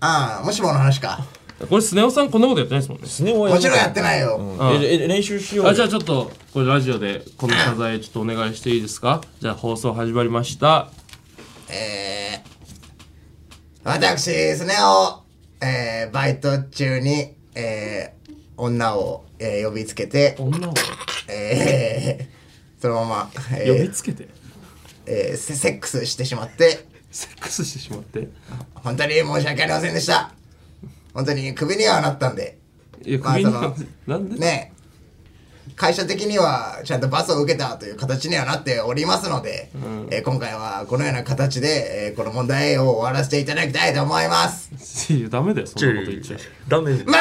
あ、ああ、もしもの話か。
これスネ夫さんこんなことやってないですもんね
スネ夫は
もちろんや
や
ってないよ。
めろええ練習しようよ。
あじゃあちょっとこれラジオでこの謝罪ちょっとお願いしていいですかじゃあ放送始まりました
えー、私ですね、を、えー、バイト中に、えー、女を、えー、呼びつけて、
女を
えー、そ のまま、え
呼び
ー
つけて
えーセセックスしてしまって、
セックスしてしまって
本当に申し訳ありませんでした。本当にクビにはなったんで、
いや
まあ
首に
その
なんで、
ね会社的にはちゃんと罰を受けたという形にはなっておりますので、えー今回はこのような形で、えーこの問題を終わらせていただきたいと思います。
いやダメだよそんなこと言っちゃ
ダメ。
マ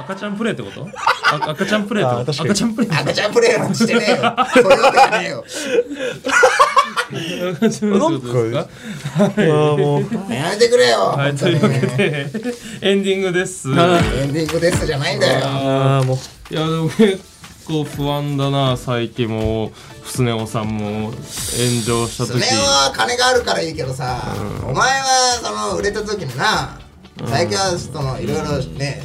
赤ちゃんプレイってことあ赤ちゃんプレイって
あ
こ
確
と
かに
赤ちゃんプレイ
マー赤ちゃんプレイヤーなんてしてねえよ。そういうわけがねえよ。
赤ちゃんプレイってことですか
あーもう
やめてくれよ。
はい
本
と
当
い
に
うわけでエンディング です
エンディングですじゃないんだよ。
あーもう。
いやでも結構不安だな最近もスネ夫さんも炎上した
スネ
時
夫は金があるからいいけどさ、お前はその売れた時にな、最近はそのいろいろね、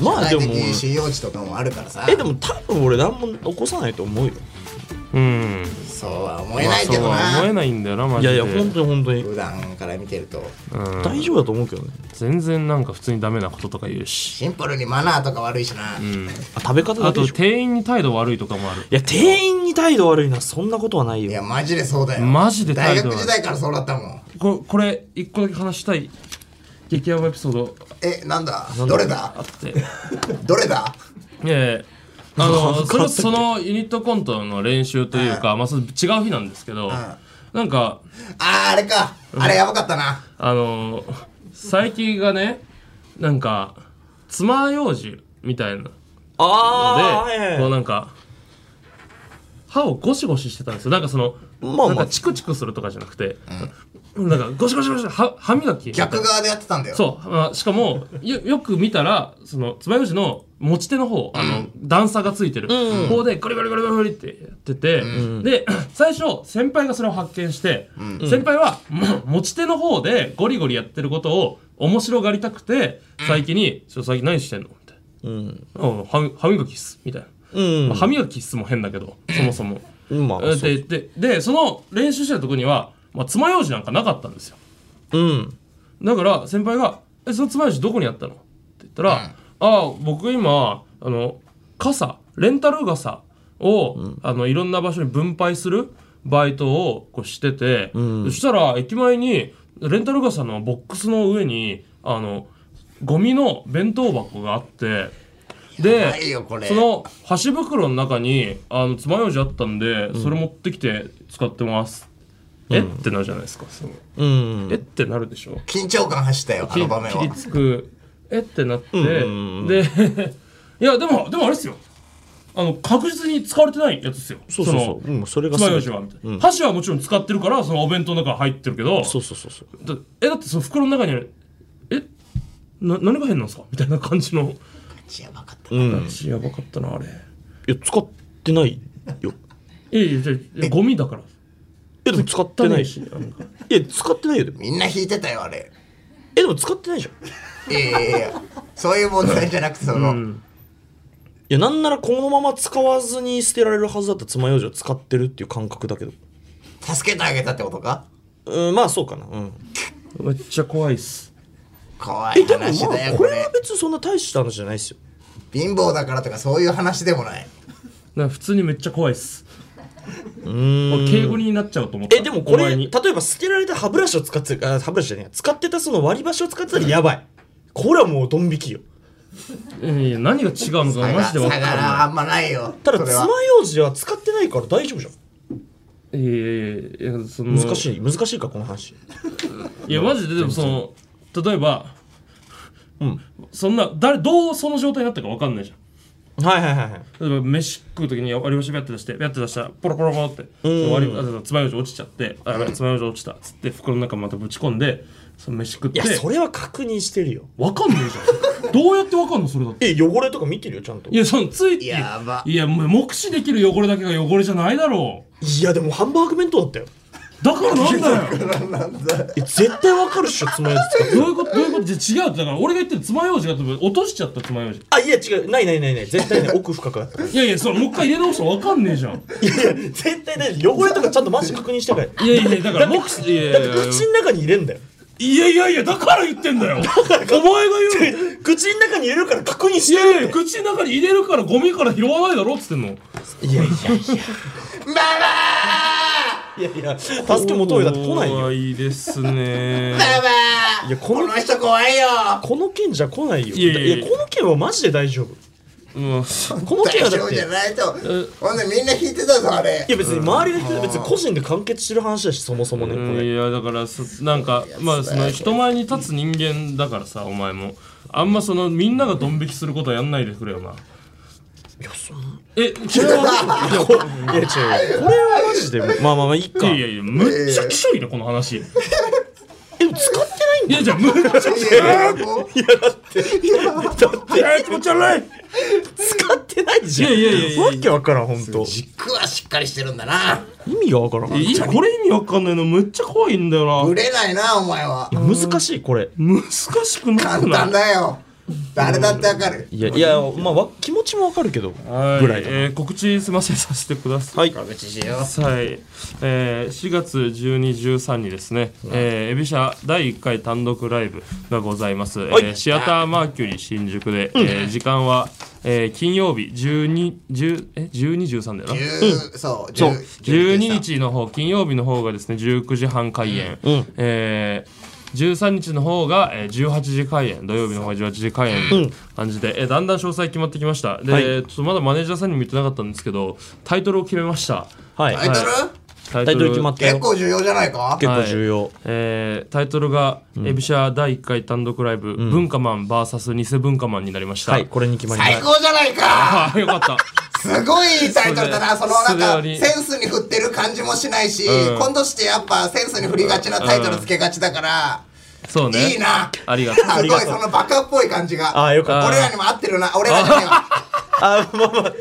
まあでも
社会的信用値とかもあるからさ、
え、でも多分俺何も起こさないと思うよ。
うん
そうは思えないけ
そう
ど
は思え
な。
ないんだよなマ
い
ジ
や
で
いや、本当に本当に。
普段から見てると、
大丈夫だと思うけどね。
全然なんか普通にダメなこととか言うし
シンプルにマナーとか悪いしな。
あ、食べ方
あ
だ
と
けでしょ。
店員に態度悪いとかもある
いや、店員に態度悪いな、そんなことはない
い
よ。
や、マジでそうだよ。
マジで
大
態度悪
学
い
時代からそうだったもん。
ここれ一個だけ話したい激ヤバエピソード
え、なんだどれだ
あって
どれだ
いやいやあのそれそのユニットコントの練習というか、まあ、それ違う日なんですけど、なんか
あー、あれか。あれやばかったな。
あのー、佐伯がね、なんか、爪楊枝みたいなので、
ああー、はいはい
こう
はい。
なんか、歯をゴシゴシしてたんですよ。なんかその、
ま
な
あ
ん
ま
か
あ、
チクチクするとかじゃなくて、なんかゴシゴシゴシ、歯歯磨き。
逆側でやってたんだよ。
そう、まあ、しかもよ、 よく見たら、その、爪楊枝の持ち手の方、あの、段差がついてる方で、ゴリゴリゴリゴリってやってて、で、 最初、先輩がそれを発見して、先輩は、もう持ち手の方でゴリゴリやってることを面白がりたくて、最近に、ちょ、最近何してんのみたいな。うん。歯歯磨きっす、みたいな。
うん
まあ歯磨きっすも変だけど、そもそも。
まあまあ、
っ
そう
て言って、で、その練習してたとこには、まあ、爪楊枝なんかなかったんですよ。
うん。
だから先輩が「えそのつまようじどこにあったの?」言ったら、ああ僕今あの傘レンタル傘を、あのいろんな場所に分配するバイトをこうしてて、そしたら駅前にレンタル傘のボックスの上にあのゴミの弁当箱があってで
ばいよこれ
その箸袋の中にあの爪楊枝あったんで、それ持ってきて使ってます、えってなるじゃないですかすぐ
うん。
えってなるでしょ
緊張感走ったよ、あの場面
切り
は。
つくえってなって、でいやでもでもあれっすよあの確実に使われてないやつですよ
そうそうそう。
の
うん、それが
爪楊
全て
枝はみたいな、箸はもちろん使ってるからそのお弁当の中入ってるけど
そうそうそうそう。
だえだってその袋の中にあるえな何が変なんですかみたいな感じの
やばかった。
私やばかったなあれ
いや、使ってないよ。
いやいやいやゴミだから
え、でも使ってないし。
しなんか
いや、使ってないよ、でも。
みんな引いてたよ、あれ。
え、でも使ってないじゃん。い
いやいやいや、そういう問題じゃなくて、その、
や、なんならこのまま使わずに捨てられるはずだった爪楊枝を使ってるっていう感覚だけど。
助けてあげたってことか
うん、まあそうかな。うん。
めっちゃ怖いっす
怖
え、
い
でもまあ
話だよ、、
こ
こ
れは
れ。
別にそんな大した話じゃないですよ。
貧乏だからとかそういう話でもない。
だから普通にめっちゃ怖いっすうん敬語になっちゃうと思った
え、でもこ
お前
れ、例
に
えば捨てられた歯ブラシを使ってた、あ歯ブラシじゃねえや使ってたその割り箸を使ってたらやばい。これはもうドン引きよ。
いや何が違うのかマ
だ
ジで分か
か
んない
らあんまないよ。
ただ
そ
爪
れは
楊枝は使ってないから大丈夫じゃん。
いやいやいやその
難しい、難しいか、この話。
いやマジででもその例えば、そんな誰どうその状態になったか分かんないじゃん
はいはいはいはい。
例えば飯食う時に割り箸ビャって出してビャって出したらポロポロポロってその割りあつまようじ落ちちゃってあやばいつまようじ落ちたっつって袋の中またぶち込んでその飯食っ
い
て
や、それは確認してるよ。
分かんねえじゃんどうやって分かんのそれだって
え、汚れとか見てるよ、ちゃんと。
いやそのついて
やば
いやもう目視できる汚れだけが汚れじゃないだろう
いや、でもハンバーグ弁当だったよ。
だからなんだよ
え、絶対わかるっしょ、爪楊枝使って。
ど ういうことどういうことじゃ違うだから俺が言ってる爪楊枝が多分落としちゃった爪楊枝
あ、いや、違う。ないないないない。絶対ね、奥深くだった。い
いやいやそれもう一回入れ直したら分かんねえじゃん
やいや、絶対ない。汚れとかちゃんとマジ確認してから。
いやいやだから目視いやいやいや
口の中に入れんだよ。
いやいやいやだから言ってんだよお前が言うの
口の中に入れるから確認し
い
て
やいや
るって。
口の中に入れるからゴミから拾わないだろっつってんの
いやいや
ママ
いやいや、助け求めたって来ないよ。
怖いです ね
ママ
いやこ
こ
の
の人怖いよ
この件じゃ来ないよ。
いやいやいや
いや、この件はマジで大丈夫。
うん
この件は
大丈
だっ
夫
て。い
じゃないと。ほんでみんな引いてたぞ、あれ。
や別に周りの人別に個人で完結してる話だし、そもそもね、こ
うん
れ。
いやだからそなんかまあその人前に立つ人間だからさお前もあんまそのみんながドン引きすることはやんないでくれよなえこれは
こいや違う違うこれはマジでまあまあまあいい
い
か
やいやいやむっちゃきしょいねこの話い
えでも使ってな
や
いんだ
じゃあむっちゃきしょい
いやいやもう
えー気持ち悪い
使ってないじゃん
いやいやいやいや
わけわからん本当
軸はしっかりしてるんだな。
意味がわからん
いやこれ意味わかんないのむっちゃ怖いんだよ
ぶ
な
れないな、お前は。
難しいこれ
難しくな
簡
くない
単だよ。誰だってわかる。
いやいやまあわ気持ちもわかるけどぐ
はい
らいだな
えー告知すいませんさせてください
はい
告知しよう。
はい、えー4月12、13にですね、えー、エビシャ第1回単独ライブがございます、えーシアターマーキュリー新宿で、えー時間は、えー金曜日12、10え12 13だよな。
10、そう、
そう
10
12日の方金曜日の方がですね19時半開演、えー13日の方が、えー、18時開演土曜日の方が18時開演という感じで、えーだんだん詳細決まってきましたで、
はい
ちょっとまだマネージャーさんにも言ってなかったんですけどタイトルを決めました
はい
タイトル
はタイ
タイトル決まった
結
よ
構重要じゃないか
結構
はい
重要
えータイトルが「エビシャ第1回単独ライブ、文化マン VS 偽文化マン」になりました、
はいこれに決まりま
最
す
高じゃないか
ああよかった
すごいいいタイトルだな、
そ
そ
れ
のなん
それよ
か
り
センスに振ってる感じもしないし、今度してやっぱセンスに振りがちなタイトルつけがちだから、
そうね
いいな。
ありがとう
すごいそのバカっぽい感じが。
あーよかった
俺らにも合ってるな。俺らには。
あまあまあ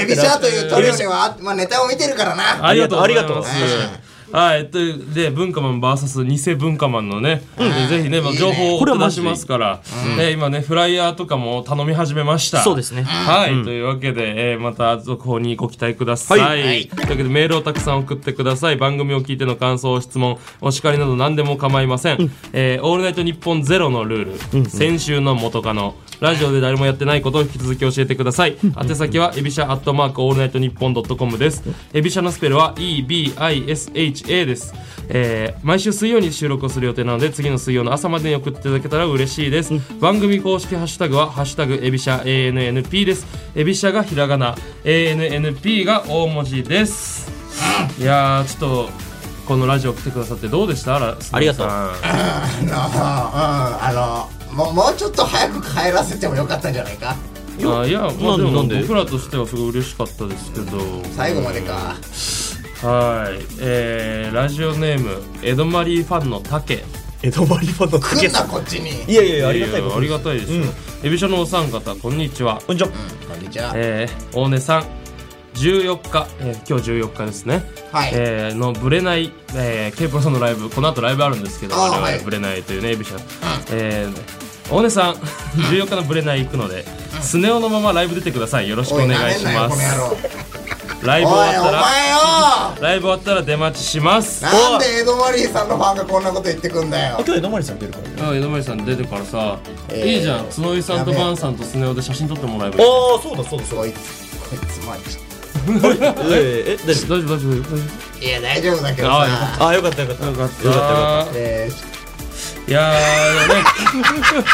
エビシャーというトリオには合って、まあネタを見てるからな。。
ありがとうござい
ありがと
ま
うござ
す
います
はい、というで文化マン VS 偽文化マンのね、えぜひね、まあ、情報をお
これは
出
マ
し
ジで
ますから、えー今ねフライヤーとかも頼み始めました
そうですね
はい、というわけで、えーまた続報にご期待ください、
はい
はいというわけでメールをたくさん送ってください番組を聞いての感想質問お叱りなど何でも構いません「えーオールナイトニッポンゼロのルール、先週の元カノラジオで誰もやってないことを引き続き教えてください。宛先は、エビシャアットマークオールナイトニッポンドットコムです。エビシャのスペルは EBISHA です。えー毎週水曜に収録をする予定なので、次の水曜の朝までに送っていただけたら嬉しいです。番組公式ハッシュタグは、ハッシュタグエビシャ ANNP です。エビシャがひらがな、ANNP が大文字です。いやー、ちょっと、このラジオ来てくださってどうでしたら
ありがとう
あの、うん、あの、もうもうちょっと早く帰らせてもよかったんじゃないか。
あいや、まあ
なん
で
でな
も
んで
僕らとしてはすごい嬉しかったですけど。
最後までか。
はい、えー、ラジオネーム江戸マリーファンのタケ
江戸マリファの
来
竹
ん
さ
な、
ん
こっちに。
いやいやいやありがたいこと
ありがたいですよ、エビシャのお三方こんにちは、
こんにちは
こんにちは。
えー、大根さん14日、えー今日14日ですね、
はい
えーのブレない、えー、ケイプロさんのライブこの後ライブあるんですけど
あー
我々
はい
ブレないというねエビシャ、えー、大根さん14日のブレない行くので、スネ夫のままライブ出てくださいよろしくお
おい、
願い
なめん
し
なよ、
ま
この野
す
郎。
ライブ終
お
わっ
い、お
た
前
ら
よ
ライブ終わったら出待ちします
なんで江戸マリーさんのファンがこんなこと言ってくんだよ。
今日江戸マリさん出るからね
あ江戸前さん出てからさ、
えー
いいじゃん角井さんと
やべえ
バンさんとスネ夫で写真撮ってもらえばいい
ああそうだそうだそう
こいつ、こいつマジ。
だえええ
大丈夫大丈夫大丈
いや、大丈夫だけど
あよか
さ。
ああよかったよかった
夫よかった
よかっ
えー
いやーね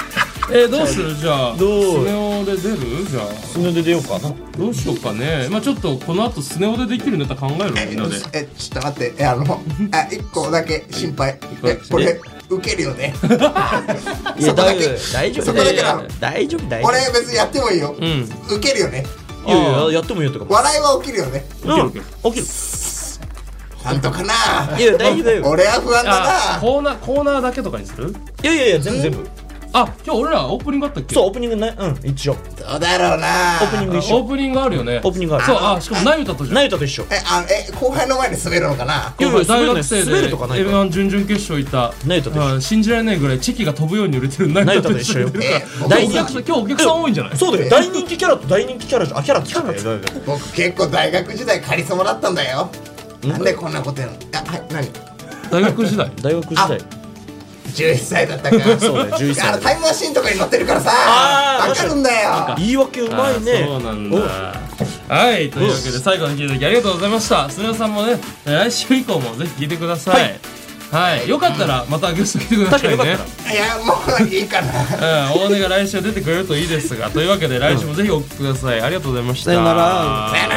えどうするじゃあ
ど
ス
う
ネ夫で出るじゃあ
たそれで出ようかな
どうしようかねまあちょっとこの後スネ夫でできるネタ考えるみんなで
えちょっと待ってえあのあ一個だけ心配
個だ
え
け
これ受けるよね
いや
そこだ
大
け
丈夫大丈夫
そこだけなの
大丈夫大丈夫
俺別にやってもいいよ、
ん
受けるよね
いやいややってもいいよとか
笑いは起きるよね
うん起きる
なんとかない
や大丈夫だよ
俺は不安
あ
だな
コーナーコーナーだけとかにする
いやいやいや全部全部
あ今日俺らオープニングあったっけ
そう
う
オープニングねうん一緒
どうだろうな
オープニン
オ
グ一緒
ープニングあるよね
オープニングある
そうあしかもナユタとじゃん
ナユタと一緒
えあえ後輩の前で滑るのかない
やいや
大
滑る
学
ね
生で
滑るとかないから
M1 準々決勝いた
ナユタと一緒
うん信じられないぐらいチェキが飛ぶように売れてるナ
ナ
イ
ユ
タと
タと
一
一
緒
緒
よ
よ
今
え僕
大
日お客さん今日お客さん多いんじゃない
そうだよ 大人気キャラと大人気キャラじゃんあキャラキャラだよ
僕結構大学時代カリスマだったんだよなんでこんなことやるのあはい 何
大学時代
大学時代
11歳だったから
そうだよ11歳
あのタイムマシンとかに乗ってるからさ
あー
わかるんだよ
言い訳うまいね
あそうなんだはいというわけで最後に聞いていただきありがとうございましたスネ夫さんもね来週以降もぜひ聞いてくださいはい、よかったらまたゲスト来てください
確か
ね
によかっ
いやもういいかな
うん、大根が来週出てくれるといいですがというわけで来週もぜひお聞きくださいありがとうございました
さよなら
さよ